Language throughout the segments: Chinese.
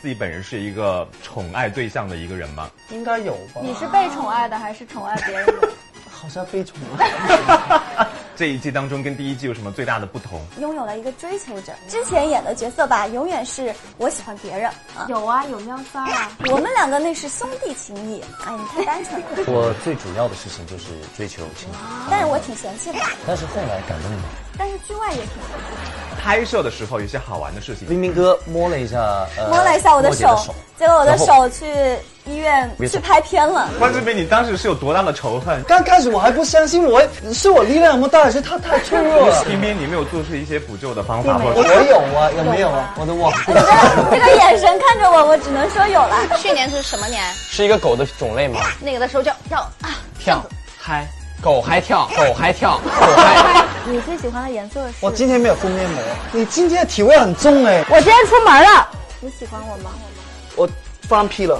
自己本人是一个宠爱对象的一个人吗？ 应该有吧？你是被宠爱的还是宠爱别人的？好像非宠啊。这一季当中跟第一季有什么最大的不同？拥有了一个追求者。之前演的角色吧，永远是我喜欢别人啊。 有啊，有喵三啊。我们两个那是兄弟情谊，哎，你太单纯了。 我最主要的事情就是追求情感，但是我挺嫌弃的。但是后来感动了。但是剧外也挺拍摄的时候有一些好玩的事情，明明哥摸了一下，呃摸了一下我的莫姐手，的结果我的然后手去医院别去走拍片了。关之斌，你当时是有多大的仇恨？ 刚开始我还不相信我，是我力量那么大，还是他太脆弱 了？彬彬，你没有做出一些补救的方法，并没或有我者有啊，有没有啊？我都忘了。这个眼神看着我，我只能说有了。去年是什么年？是一个狗的种类吗？那个的时候叫让啊，跳，嗨，哎狗嗨跳，狗嗨跳，狗嗨。你最喜欢的颜色是？我今天没有敷面膜。你今天的体味很重哎，我今天出门了。你喜欢我吗？我放屁了。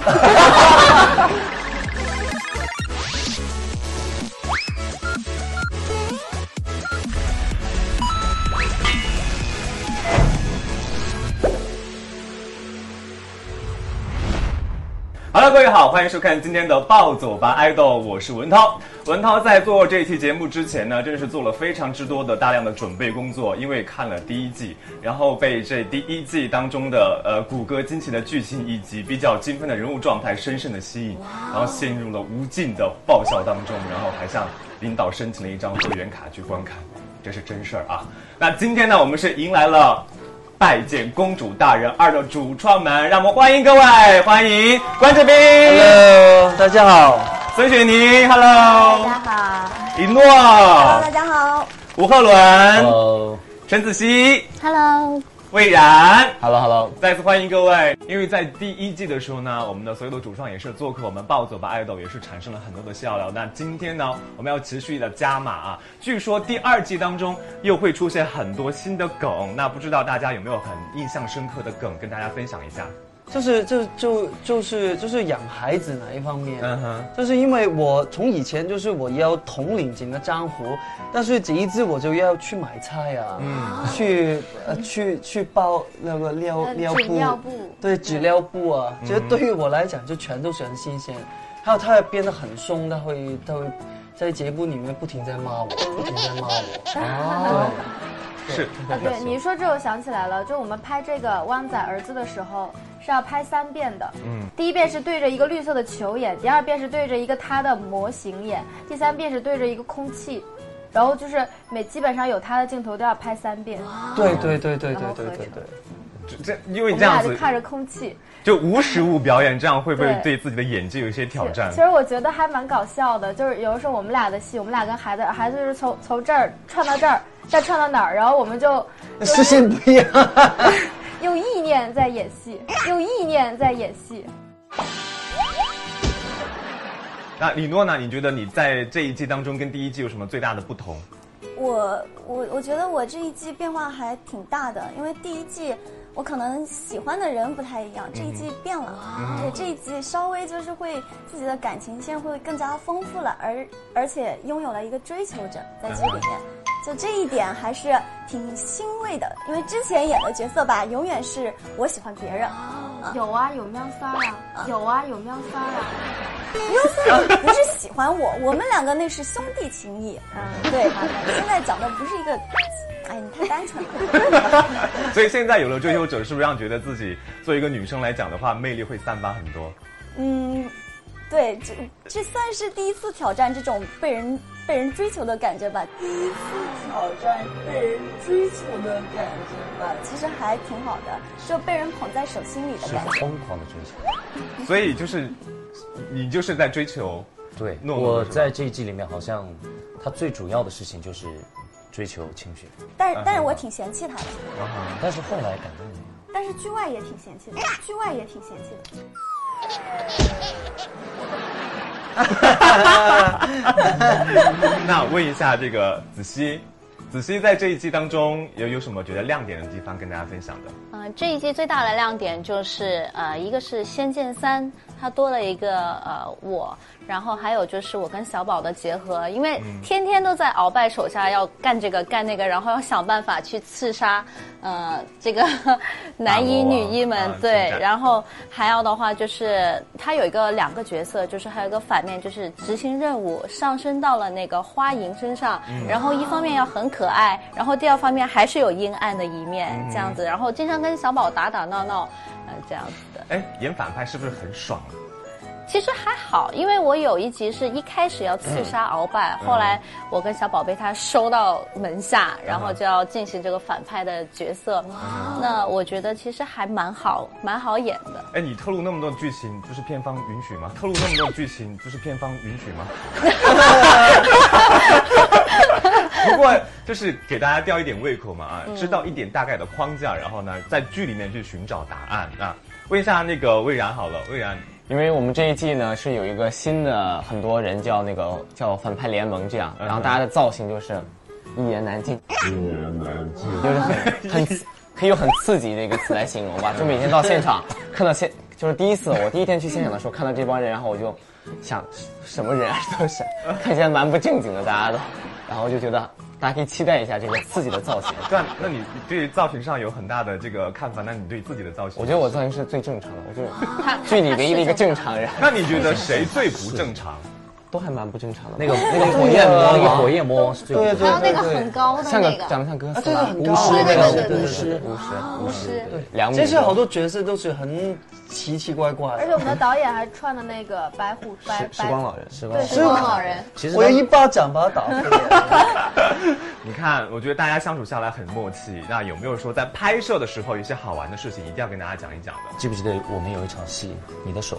好了，各位好，欢迎收看今天的《暴走吧爱豆》，我是文涛。文涛在做这一期节目之前呢，真的是做了非常之多的大量的准备工作，因为看了第一季，然后被这第一季当中的呃骨骼惊奇的剧情以及比较精分的人物状态深深的吸引，然后陷入了无尽的爆笑当中，然后还向领导申请了一张会员卡去观看，这是真事儿啊。那今天呢，我们是迎来了。拜见公主大人二的主创们，让我们欢迎各位，欢迎关之斌、 Hello，大家好。孙雪妮，Hello，好。一诺、啊 Hello，大家好，吴鹤伦、呃陈子希、 Hello。魏然。 ，Hello Hello，再次欢迎各位，因为在第一季的时候呢，我们的所有的主创也是做客我们《暴走吧爱豆》，也是产生了很多的笑料。那今天呢，我们要持续的加码啊，据说第二季当中又会出现很多新的梗，那不知道大家有没有很印象深刻的梗跟大家分享一下？就是就就就是就是养孩子那一方面，嗯哼就是因为我从以前就是我要统领整个江湖，但是这一次我就要去买菜啊，嗯去呃去去包那个尿尿纸布，呃尿布对纸尿布啊，嗯其实对于我来讲就全都是很新鲜，还有他会变得很凶，他会他会在节目里面不停在骂我，不停在骂 我，哦，是，啊，对，你说这我想起来了，就是我们拍这个湾仔儿子的时候是要拍三遍的，嗯，第一遍是对着一个绿色的球演，第二遍是对着一个他的模型演，第三遍是对着一个空气，然后就是每基本上有他的镜头都要拍三遍，对对对对对对然后合对成对。这这因为你我们这样俩就子看着空气，就无实物表演，这样会不会对对自己的演技有一些挑对战其？实我觉得还蛮搞笑的，就是有的时候我们俩的戏，我们俩跟孩子，孩子就是从从这儿串到这儿，再串到哪儿，然后我们就视线不一样，用意念在演戏，用意念在演戏。那李诺呢？你觉得你在这一季当中跟第一季有什么最大的不同？我我我觉得我这一季变化还挺大的，因为第一季我可能喜欢的人不太一样，这一季变了，对，这一季稍微就是会自己的感情线会更加丰富了，而而且拥有了一个追求者在这里面。就这一点还是挺欣慰的，因为之前演的角色吧，永远是我喜欢别人。有啊，有喵三啊，有啊，有喵三啊。你不是喜欢我，我们两个那是兄弟情谊。对，现在讲的不是一个，哎，你太单纯了。所以现在有了追求者，是不是让觉得自己作为一个女生来讲的话，魅力会散发很多？嗯，对，这这算是第一次挑战这种被人被人追求的感觉吧。第一次挑战被人追求的感觉吧，其实还挺好的，就被人捧在手心里的是啊感觉。疯狂的追求。所以就是，你就是在追 求，对，诺诺我是吧在这一季里面好像，他最主要的事情就是追求情绪，但是嗯但是我挺嫌弃他的，但是后来感动了。但是剧外也挺嫌哎弃的，剧外也挺嫌弃的。那问一下这个子熙，子熙在这一季当中有有什么觉得亮点的地方跟大家分享的？呃嗯、这一季最大的亮点就是呃，一个是《仙剑三》，它多了一个呃我，然后还有就是我跟小宝的结合，因为嗯天天都在鳌拜手下要干这个干那个，然后要想办法去刺杀，呃，这个 男一大魔王女一们，啊对进，展然后还要的话就是他有一个两个角色，就是还有一个反面，就是执行任务上升到了那个花银身上，嗯然后一方面要很可爱，然后第二方面还是有阴暗的一面嗯这样子，然后经常跟小宝打打闹闹，呃这样子的。哎，演反派是不是很爽啊？其实还好，因为我有一集是一开始要刺杀鳌拜，嗯后来我跟小宝被他收到门下，然后就要进行这个反派的角色。那我觉得其实还蛮好，蛮好演的。哎，你透露那么多剧情，就是片方允许吗？透露那么多剧情，就是片方允许吗？ 不过就是给大家吊一点胃口嘛啊，知道一点大概的框架，然后呢，在剧里面去寻找答案啊。问一下那个魏然好了，魏然， 因为我们这一季呢是有一个新的，很多人叫那个叫反派联盟这样，然后大家的造型就是一言难尽，一言难尽，就是很 很可以用很刺激这个词来形容吧。就每天到现 场看到现，就是第一次我第一天去现场的时候看到这帮人，然后我就想什么人啊都是，看起来蛮不正经的大家都，然后就觉得大家可以期待一下这个刺激的造型。那那你你对造型上有很大的这个看法，那你对自己的造型？我觉得我造型是最正常的，我就是他剧里唯一的一个正常人，那你觉得谁最不正常？都还蛮不正常的。那个那个火焰魔，啊那个火焰魔王是最对对还有那个很高的像个那个长得像哥啊，斯对对，拉，很巫高师啊，那对个对巫师巫师。巫师，巫师，两米这次好多多角色都是很奇奇怪怪而且的，我们的导演还穿了那个白虎白时光白，老人，是吧对，？时光老人。其实我他就一巴掌把他打 飞了。你看，我觉得大家相处下来很默契。那有没有说在拍摄的时候有一些好玩的事情，一定要跟大家讲一讲的？记不记得我们有一场戏，你的手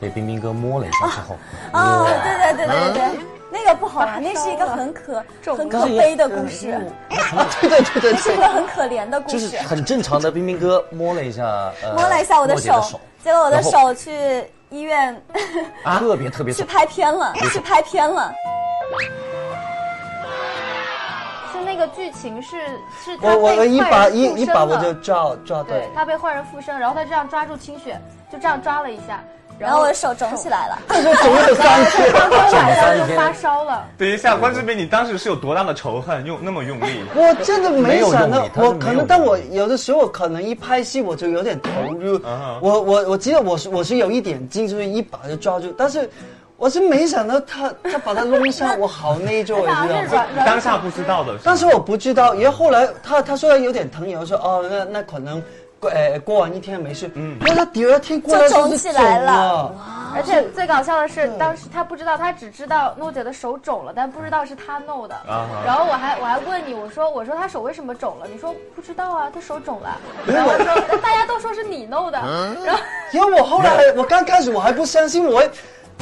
被冰冰哥摸了一下之后，哦，对对对对对嗯对，那个不好玩，那是一个很可很可悲的故事， 对对对对 那是一个很可怜的故就是事。很正常的，冰冰哥摸了一下，呃摸了一下我的莫姐的手，结果我的然后手去医院啊特别特别去爽。拍片 了，去拍片了。是那个剧情是是他我我我被一坏把人一附一身把我了就抓抓对对，他被坏人附身，然后他这样抓住清雪，就这样抓了一下，然后我的手肿起来了，这就肿了三次。当天晚上整就个发烧了。等一下，关之斌，你当时是有多大的仇恨，用那么用力？我真的没想到没有用力，他是我没有可用能，力但我有的时候可能一拍戏我就有点投入哼。我我我记得我是我是有一点进去一把就抓住，但是我是没想到他他把他弄下，我好内 疚，他好你知道像吗是？软软当下不知道的，但是我不知道，然后后来他他虽然有点疼，有的时候哦，那那可能。呃，过完一天没事，嗯，那他第二天过来的时候就就肿起来肿了啊而哦且最搞笑的是，当时他不知道，他只知道诺姐的手肿了，但不知道是他弄的。啊哈然后我还我还问你，我说我说他手为什么肿了？你说不知道啊，他手肿了。然后我说大家都说是你弄的，啊然后因为我后来还我刚开始我还不相信我，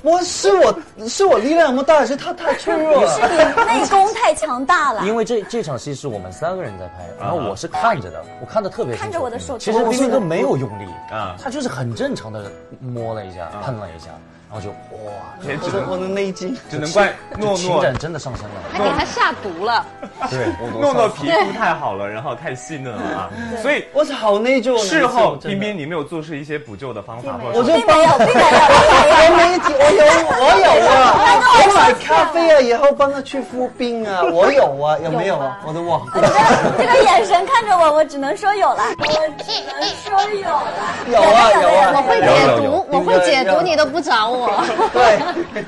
我是我是我力量那么大，还是他太脆弱了？ 是你内功太强大了。因为这这场戏是我们三个人在啊拍，然后我是看着的，我看的特别清楚看着我的手其实冰冰哥没有用力啊啊，他就是很正常的摸了一下，碰了一下，然后就哇，也我只的能我的内疚。只能怪诺情诺，感真的上升了。他给他下毒了，对，诺诺皮肤太好了，然后太细嫩了啊，所以我是好内疚呢。事后真彬的彬，，你没有做出一些补救的方法，或我者我说就并没有，并没有，我没提，我有，我有啊， 我买咖啡啊，然后帮他去敷冰啊，我有啊，有没有啊？我都忘了，这个眼神看着我，我只能说有了，我只能说有了。 有啊有我啊，会有有解有毒，我会解毒，你都不找我。 对，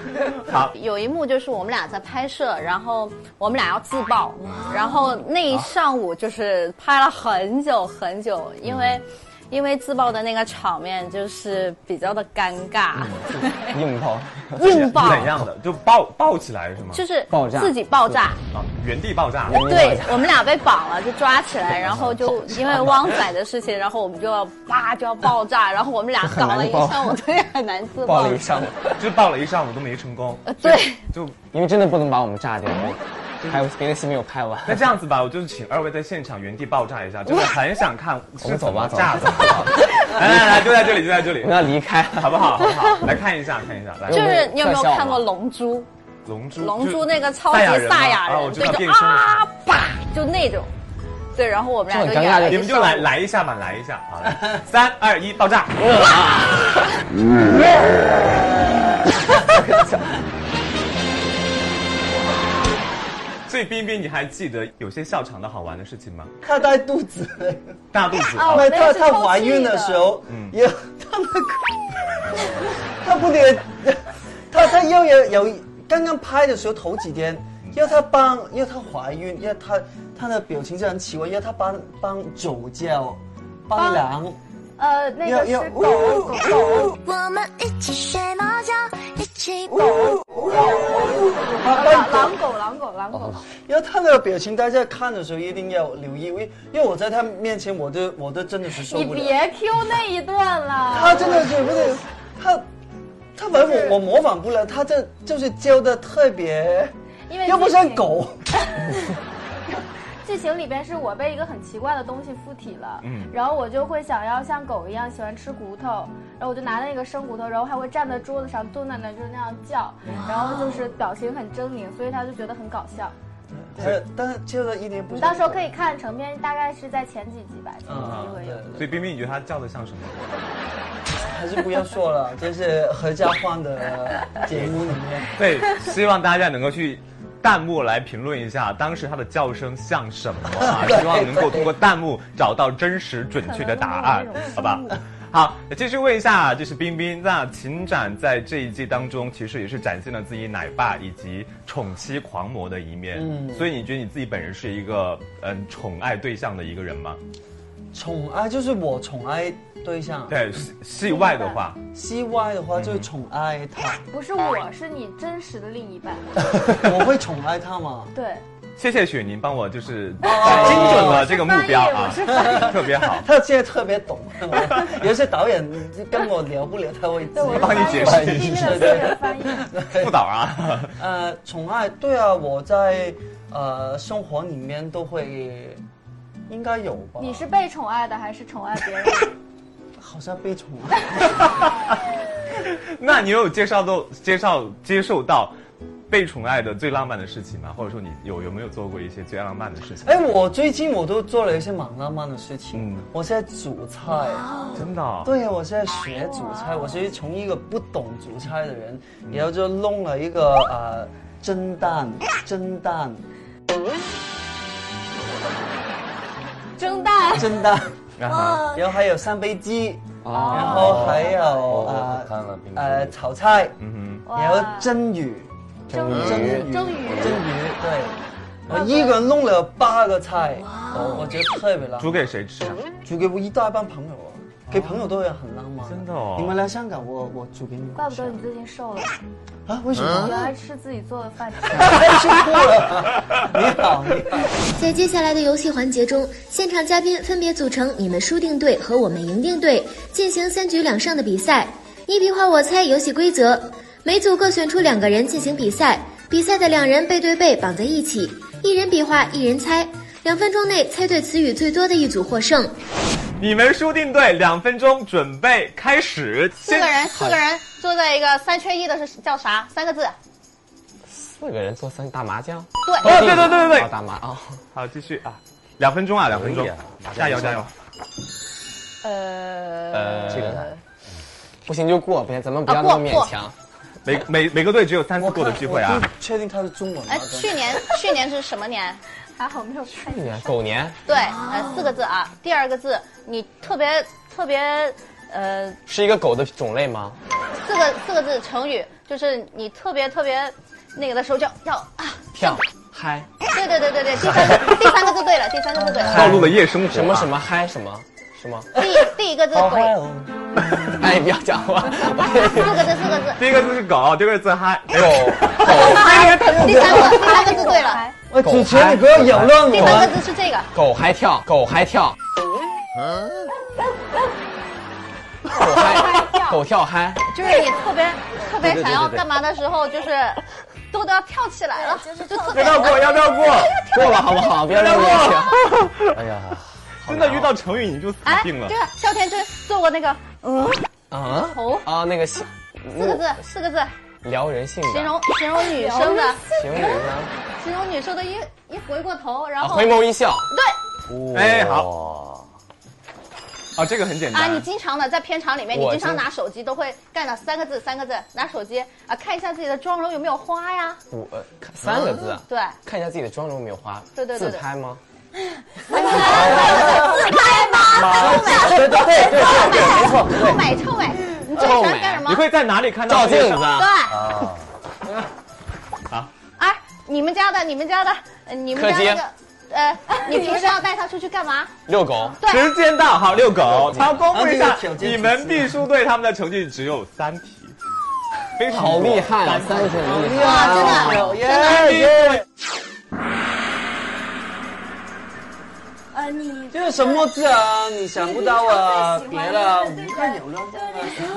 有一幕就是我们俩在拍摄，然后我们俩要自爆，然后那一上午就是拍了很久很久，因为。因为自爆的那个场面就是比较的尴尬，硬炮， 硬爆怎样的就爆爆起来是吗？就是爆炸自己爆炸，啊，原地爆炸，对我们俩被绑了，就抓起来，然后就因为汪仔的事情，然后我们就要啪就要爆炸，然后我们俩搞了一上午，对，很难自爆爆了。一上午，就爆了一上午都没成功，呃对，就因为真的不能把我们炸掉，还有别的戏没有拍完。那这样子吧，我就是请二位在现场原地爆炸一下，真的很想看我是们怎走么吧炸的。来来来，就在这里，就在这里我们，要离开了，好不好？好不好？来看一下，看一下，来就我是们你有没有在笑吗看过《龙珠》？龙珠，龙就珠那个超级赛亚人吗赛亚啊，人，我知对，道就变身的时候。啊啪，就那种，对，然后我们俩这就很尴演尬了的一你们个就来来一下嘛，来一下，好了，三二一，爆炸！所以冰冰，你还记得有些校场的好玩的事情吗？她带肚子，大肚子，哦因我为那她个是她抽怀气孕的的时候，也她那个，她不得，她她又有有刚刚拍的时候头几天。因为她帮，因为她怀孕，因为她她的表情是很奇怪，因为她帮帮酒叫，帮帮狼，呃，那要个要是狗狗狗，我们一起睡猫觉，一起帮狼帮狗狼狗狼狗狼狗，因为他那个表情，大家看的时候一定要留意，因为因为我在他面前，我都我都真的是受你不了。别 Q 那一段了。他真的是不是他，他反正我我模仿不了，他这就是教的特别，因为又不剧情像狗，剧情里边是我被一个很奇怪的东西附体了，然后我就会想要像狗一样喜欢吃骨头，然后我就拿那个生骨头，然后还会站在桌子上蹲在那儿就是那样叫，然后就是表情很狰狞，所以他就觉得很搞笑。但但是教的一点不你像狗。到时候可以看成片，大概是在前几集吧，前几集嗯，会对有。所以冰冰，你觉得他叫的像什么？还是不要说了，这是合家欢的节目里面。对，哎希望大家能够去弹幕来评论一下当时他的叫声像什么啊？希望能够通过弹幕找到真实准确的答案，好吧？好，继续问一下，就是冰冰，那秦展在这一季当中，其实也是展现了自己奶爸以及宠妻狂魔的一面。嗯所以你觉得你自己本人是一个嗯宠爱对象的一个人吗？宠爱就是我宠爱对象，对，戏戏外的话， c Y 的话就是宠爱他，不是我，是你真实的另一半。我会宠爱 他嘛。对，谢谢雪宁帮我就是精准了这个目标啊，特别 好。他现在特别懂，有些导演跟我聊不了，他会对我是帮你解翻译释我是一冰冰下的私人翻译。副导啊，呃，宠爱，对啊，我在呃生活里面都会，应该有吧？你是被宠爱的还是宠爱别人？好像被宠爱，那你有介绍到介绍接受到被宠爱的最浪漫的事情吗？或者说你有有没有做过一些最浪漫的事情？哎，我最近我都做了一些蛮浪漫的事情，嗯我现在煮菜。真的、哦，对呀，啊我现在学煮菜，我是从一个不懂煮菜的人，嗯然后就弄了一个呃 蒸蛋，蒸蛋，蒸蛋。蒸蛋，然后哇，然后还有三杯鸡，哦然啊，后还有我看呃了冰呃冰，炒菜，嗯哇然后蒸鱼，蒸鱼，蒸鱼，蒸鱼，对，我一个人弄了八个菜，我觉得特别哼，浪煮漫，给谁吃啊？煮给我一大帮朋友啊，给朋友都会很浪漫。真的哦你们来香港，我我煮给你们吃。 怪不得你最近瘦了，啊？为什么原？来吃自己做的 饭吃。辛苦了。你好，你好。在接下来的游戏环节中，现场嘉宾分别组成你们输定队和我们赢定队，进行三局两胜的比赛。你比划我猜游戏规则，每组各选出两个人进行比赛，比赛的两人背对背绑在一起，一人比划，一人猜。两分钟内猜对词语最多的一组获胜。你们输定队，两分钟，准备开始。四先个人，四个人坐在一个三缺一的是叫啥？三个字。四个人做三打麻将，对，哦，对对对对哦对，打麻啊，好，继续啊，两分钟啊，两分钟哎可以啊，加油加油。呃，呃，这个难不行就过，别咱们不要啊那过么过勉强。每每每个队只有三次我过的看机会啊我。不确定它是中文吗哎，？去 年去年是什么年？还好没有看去年狗年，对，呃，四个字啊。第二个字，你特别特别，呃，是一个狗的种类吗？四个四个字成语，就是你特别特别那个的时候叫叫啊。跳嗨，对对对对对，第三个第三个字对了，第三个字 对了。暴露了夜生活啊。什么什么嗨什么什么？第第一个字哦，鬼，还有哎，不要讲话，四个字四个字。第一个字是狗，第二个字 嗨。哎呦。第三个第三个字对了，喂，狗主持人嗨你不要扰哎乱啊第三个我。字是这个。狗嗨跳，狗嗨跳，狗嗨，狗跳嗨，就是你特别特别想要干嘛的时候，就是都都要跳起来了，就特别要不要过？要不要过？过了好不好？不要那么勉强。哎呀，好真的难啊遇到成语你就死哎，定了这。个萧天真做过那个嗯啊头啊那个性四个字，四个字撩人性感形容形容女生的形容人呢形容女生的一一回过头，然啊后回眸一笑，对哎好， 啊，这个很简单。啊，你经常的在片场里面，你我经常经拿手机都会干到三个字，三个字，拿手机啊，看一下自己的妆容有没有花呀。我呃看三个字啊，对，看一下自己的妆容有没有花，对对对对自拍吗？对对对对，没错，臭美臭美，你最喜欢干什你么？会在哪里看到照镜这个子对啊，，哎，你们家的，你们家的，呃你们家课间那个，呃，你平时要带他出去干嘛？遛狗。时间到，好，遛狗。好，公布一然后下这个条，件你们必输队他们的成绩只有三题，非常好厉害啊，三三题十厉害。啊哇，真的，第一位呃，你这是什么字啊？你想不到啊！你别平常最喜欢了，对我看有了。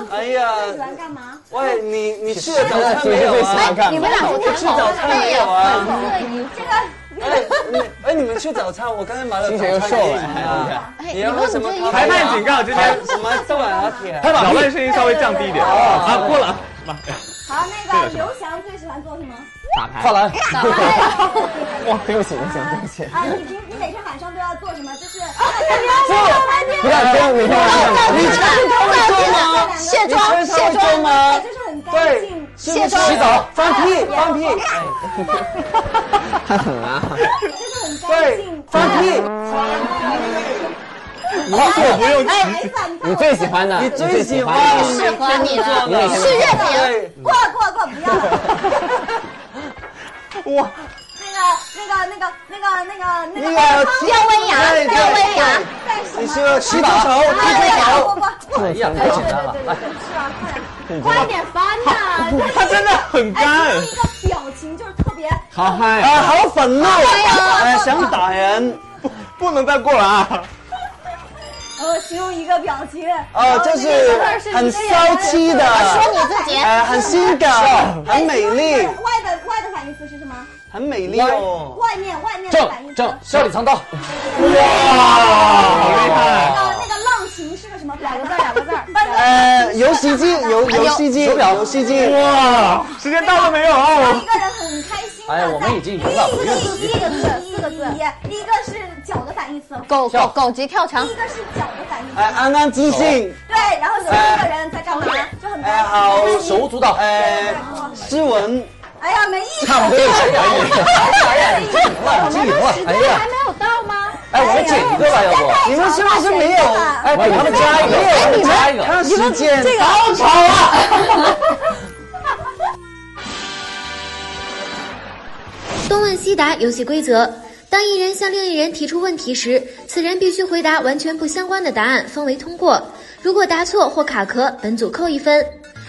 哎最喜呀，欢干嘛？喂，你你吃了早餐没有最喜啊欢？干你嘛们？俩是吃早餐没有啊？这个哎，你哎，你们吃早餐，我刚才买了今早天又餐瘦了给你哎你啊看。哎你要喝什么咖啡啊？裁判警告，这边什么豆奶拿铁？ 老外声音稍微降低一点啊，过了啊，妈呀好，那个刘翔最喜欢做什么？打牌。跨栏。打牌哇，对不起，对不起，对不起。啊，你平你每天晚上都要做什么？就是不要这样，你看我你穿套装吗？卸你穿妆，套卸装妆，吗？就是很干对净。，是不卸是妆洗澡，放屁，放屁，太狠了啊。就是很干对净，。放屁。你这不用哎，饭你最喜欢的，你最喜欢的的适合你的，你每天是月饼。对，过过过，不要了。哇，那个那个那个那个那个那哎那个个要温雅，对对要温雅。干什你么？说洗头头，过剃头过过过过，哎哎呀，太简单了。是吧？哎快点，快点翻呐！它真的很干哎，就是一个表情就是特别。好嗨。啊，好愤怒，哎哎，想打人，不能再过了啊！呃，形容一个表情，啊，就是很骚气的，呃说你自己，哎，很性感，很美丽，外的外的反义词是什么？很美丽哦。外面外面的反义正词。正笑里藏刀，哇，好厉那害！个那个浪琴是个什么？两个字，两个字。呃，游戏机，游游戏机，游戏机，哇，时间到了没有？一个人很开心的。哎呀我们已经赢了不用急四个字，四个字。一个是脚的反义词，狗狗狗急跳墙一，个是脚的反义哎，词。安安静静，对，然后三个人在干嘛？就很哎，好，手舞足蹈。哎，诗文，哎呀，没意思。差不多就可以了，这赢了，哎呀，还没有到吗？哎，我们剪一个吧，要不？你们是不是没有？哎，哎，给他们加一个，给他们加一个。看时间，好吵啊！东问西答游戏规则：当一人向另一人提出问题时，此人必须回答完全不相关的答案，方为通过。如果答错或卡壳，本组扣一分。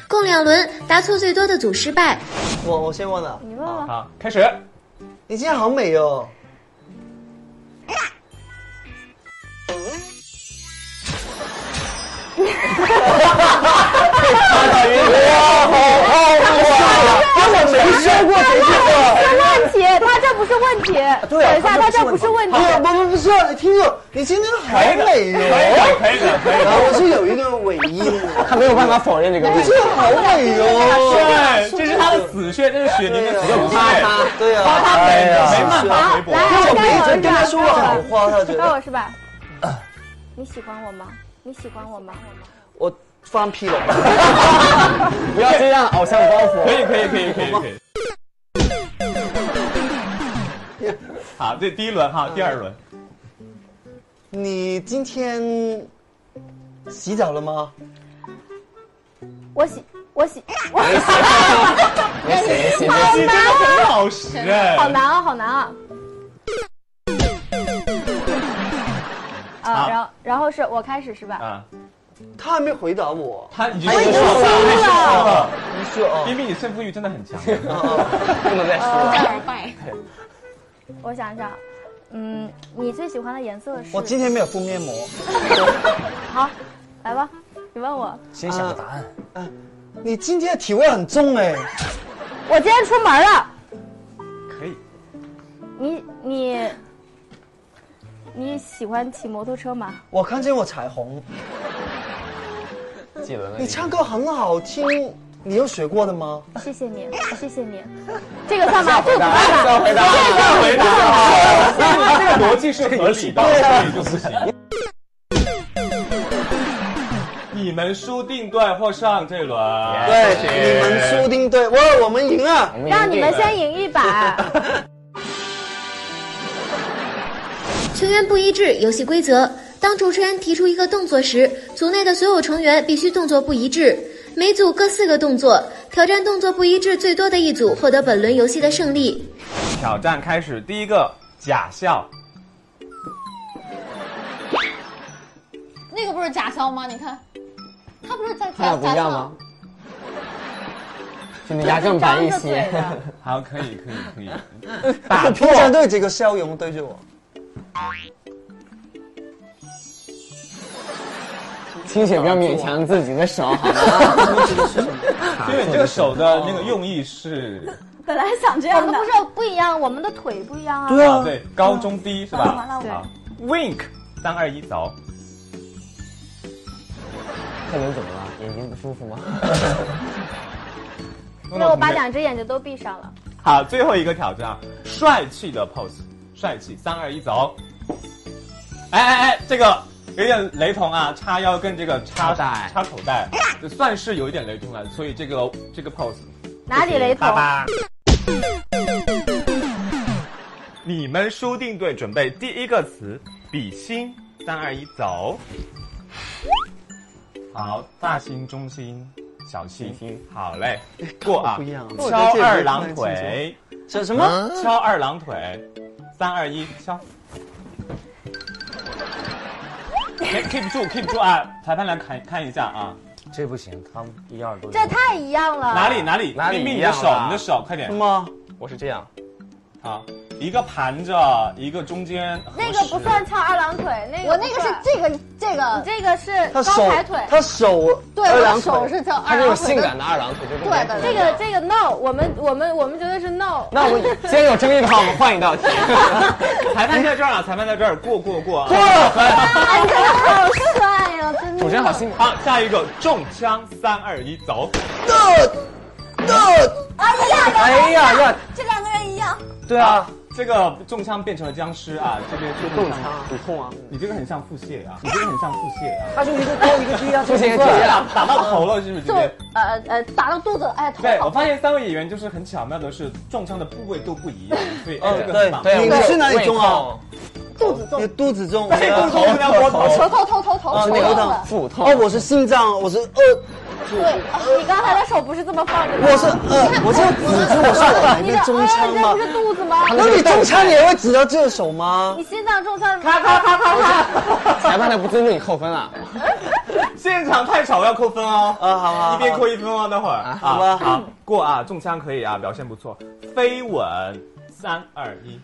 共两轮，答错最多的组失败。我我先问了，你问问，好，开始。你今天好美哦，我没说过这句话。问题，他这不是问题，等一下，他这不是问题不，不不不是，你听着，你今天好可以的，可以美哦。的，可以的，可以然的。后我是有一个尾音的，他没有办法否认这个问你题这。个好美哦。对，这是他的死穴，这是雪凝的死穴，哎对他啊，他没没办法回驳。来，我该没我一是直跟他吧？说过好话，他觉该得我是吧？你喜欢我吗？你喜欢我吗？我放屁了。不要这样，偶像包袱。可以，可以，可以，可以，可以。好，这第一轮哈，第二轮。你今天洗澡了吗？我喜我喜我 没事没事没事。你真的很老实哎，好难啊，好难啊！啊，好然后然后是我开始是吧？啊，他还没回答我。他已经说了，你说哦，因为你胜负欲真的很强。不能再说了。战而败。我想一想，嗯，你最喜欢的颜色是？我今天没有敷面膜。好，来吧，你问我。先想个答案，你今天的体味很重哎。我今天出门了，可以，你你你喜欢骑摩托车吗？我看见我彩虹，几轮了？你唱歌很好听，你有学过的吗？谢谢你，谢谢你。这个算吗？这个不不要算吧。回答了，不要回答了。这个逻辑是合理的，所以就不行。你们输定队获胜这一轮，对，谢谢你们输定对，哇，我们赢了。让你们先赢一百。成员不一致，游戏规则。当主持人提出一个动作时，组内的所有成员必须动作不一致，每组各四个动作。挑战动作不一致最多的一组获得本轮游戏的胜利。挑战开始，第一个假笑，那个不是假笑吗？你看，他不是在看假着不一假样笑吗？？就你压正版一张着些嘴，的好，可以，可以，可以。我平常都有这个笑容对着我，清雪不要勉强自己的手好 吗？因啊为你这个手的哦那个用意是，本来想这我样们的不，是不一样，我们的腿不一样啊。啊，对，高中低是吧？完了完了好，wink，三二一，走。克林怎么了？眼睛不舒 服吗？那我把两只眼睛都闭上了。好，最后一个挑战，啊帅气的 pose，帅气，三二一，走。哎哎哎，这个有点雷同啊，叉腰跟这个插口袋插口袋，就算是有一点雷同了，所以这个这个 pose 哪里雷同啪？啪。你们输定队，准备第一个词，比心，三二一，走。好，大心、中心、小心，好嘞，过啊不一样啊，敲二郎腿，啊什什么？敲二郎腿，三二一， 敲。哎 keep 住，keep 住啊！裁判来看看一下啊，这不行，他们一二都有这太一样了。哪里？哪里？哪里冰冰一你的样手，啦你的手，快点什！么？我是这样，好，一个盘着，一个中间。那个不算翘二郎腿，那个我那个不是算这个这你个，这个是高他手抬腿，。他手，对，二我的郎手腿。是叫他二这种郎腿性的。感的二郎腿就对的这个这个 no，我们我们我们绝对是 no。那我们先有争议的话，我们换一道题。裁判在这儿啊，裁判在这儿，过过过啊！哎，你看他好帅哦呀，真的。主持人好辛苦。好，下一个中枪，三二一，走。哎呀呀，这两个人一样，对啊，这个中枪变成了僵尸啊，这边是中枪，啊，很痛啊，你这个很像腹泻啊，你这个很像腹泻啊，他就一个高一个低 啊，不行，这打样。打到头了是不是？这就边呃呃打到肚子，哎，头对，我好痛。发现三位演员就是很巧妙的是中枪的部位都不一样，所以哎这嗯，个很棒。对，你我是哪里中啊？肚子你痛，肚子中，这个头要摸头，头头头头头啊头那个痛痛了。腹痛。哦，我是心脏，我是呃，对，你刚才的手不是这么放着的。我是呃，我这个指着我是我哪你个的中枪这吗不？是肚子吗？那你中枪也会指到这手吗你？心脏中枪，咔咔咔咔咔。 裁判他不尊重你扣分啊！ 现场太吵要扣分哦。啊，好好，一边好扣一分哦，待会儿啊，好吧好过啊，中枪可以啊，表现不错。飞吻，三二一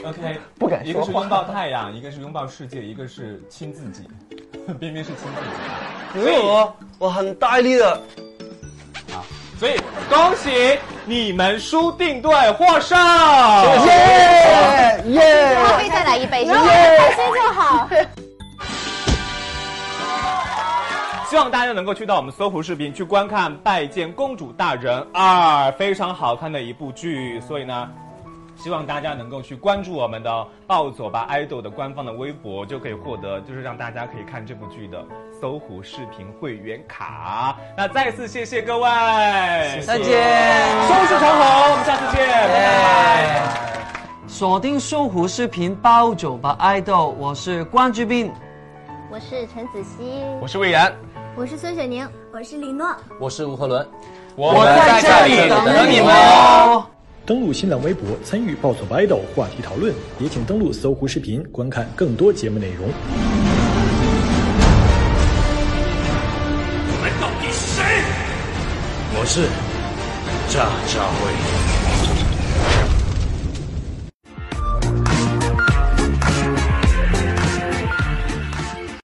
走，OK，不敢一个说是话拥抱太阳，一个是拥抱世界，一个是亲自己， 边边是亲自己啊，没有哦，我很大力的，所以恭喜你们输定队获胜。耶耶，可以再来一杯。开心就好。希望大家能够去到我们搜狐视频去观看《拜见公主大人二》，非常好看的一部剧。所以呢，希望大家能够去关注我们的“暴走吧爱豆”的官方的微博，就可以获得，就是让大家可以看这部剧的搜狐视频会员卡。那再次谢谢各位，再见。收视长虹，我们下次见，拜拜。锁定搜狐视频包酒吧爱豆，我是关之斌。我是陈子希，我是魏然，我是孙雪宁，我是李诺。我是吴和伦。我在这里等你们哦。登录新浪微博参与暴走 idol 话题讨论，也请登录搜狐视频观看更多节目内容。我是炸炸辉。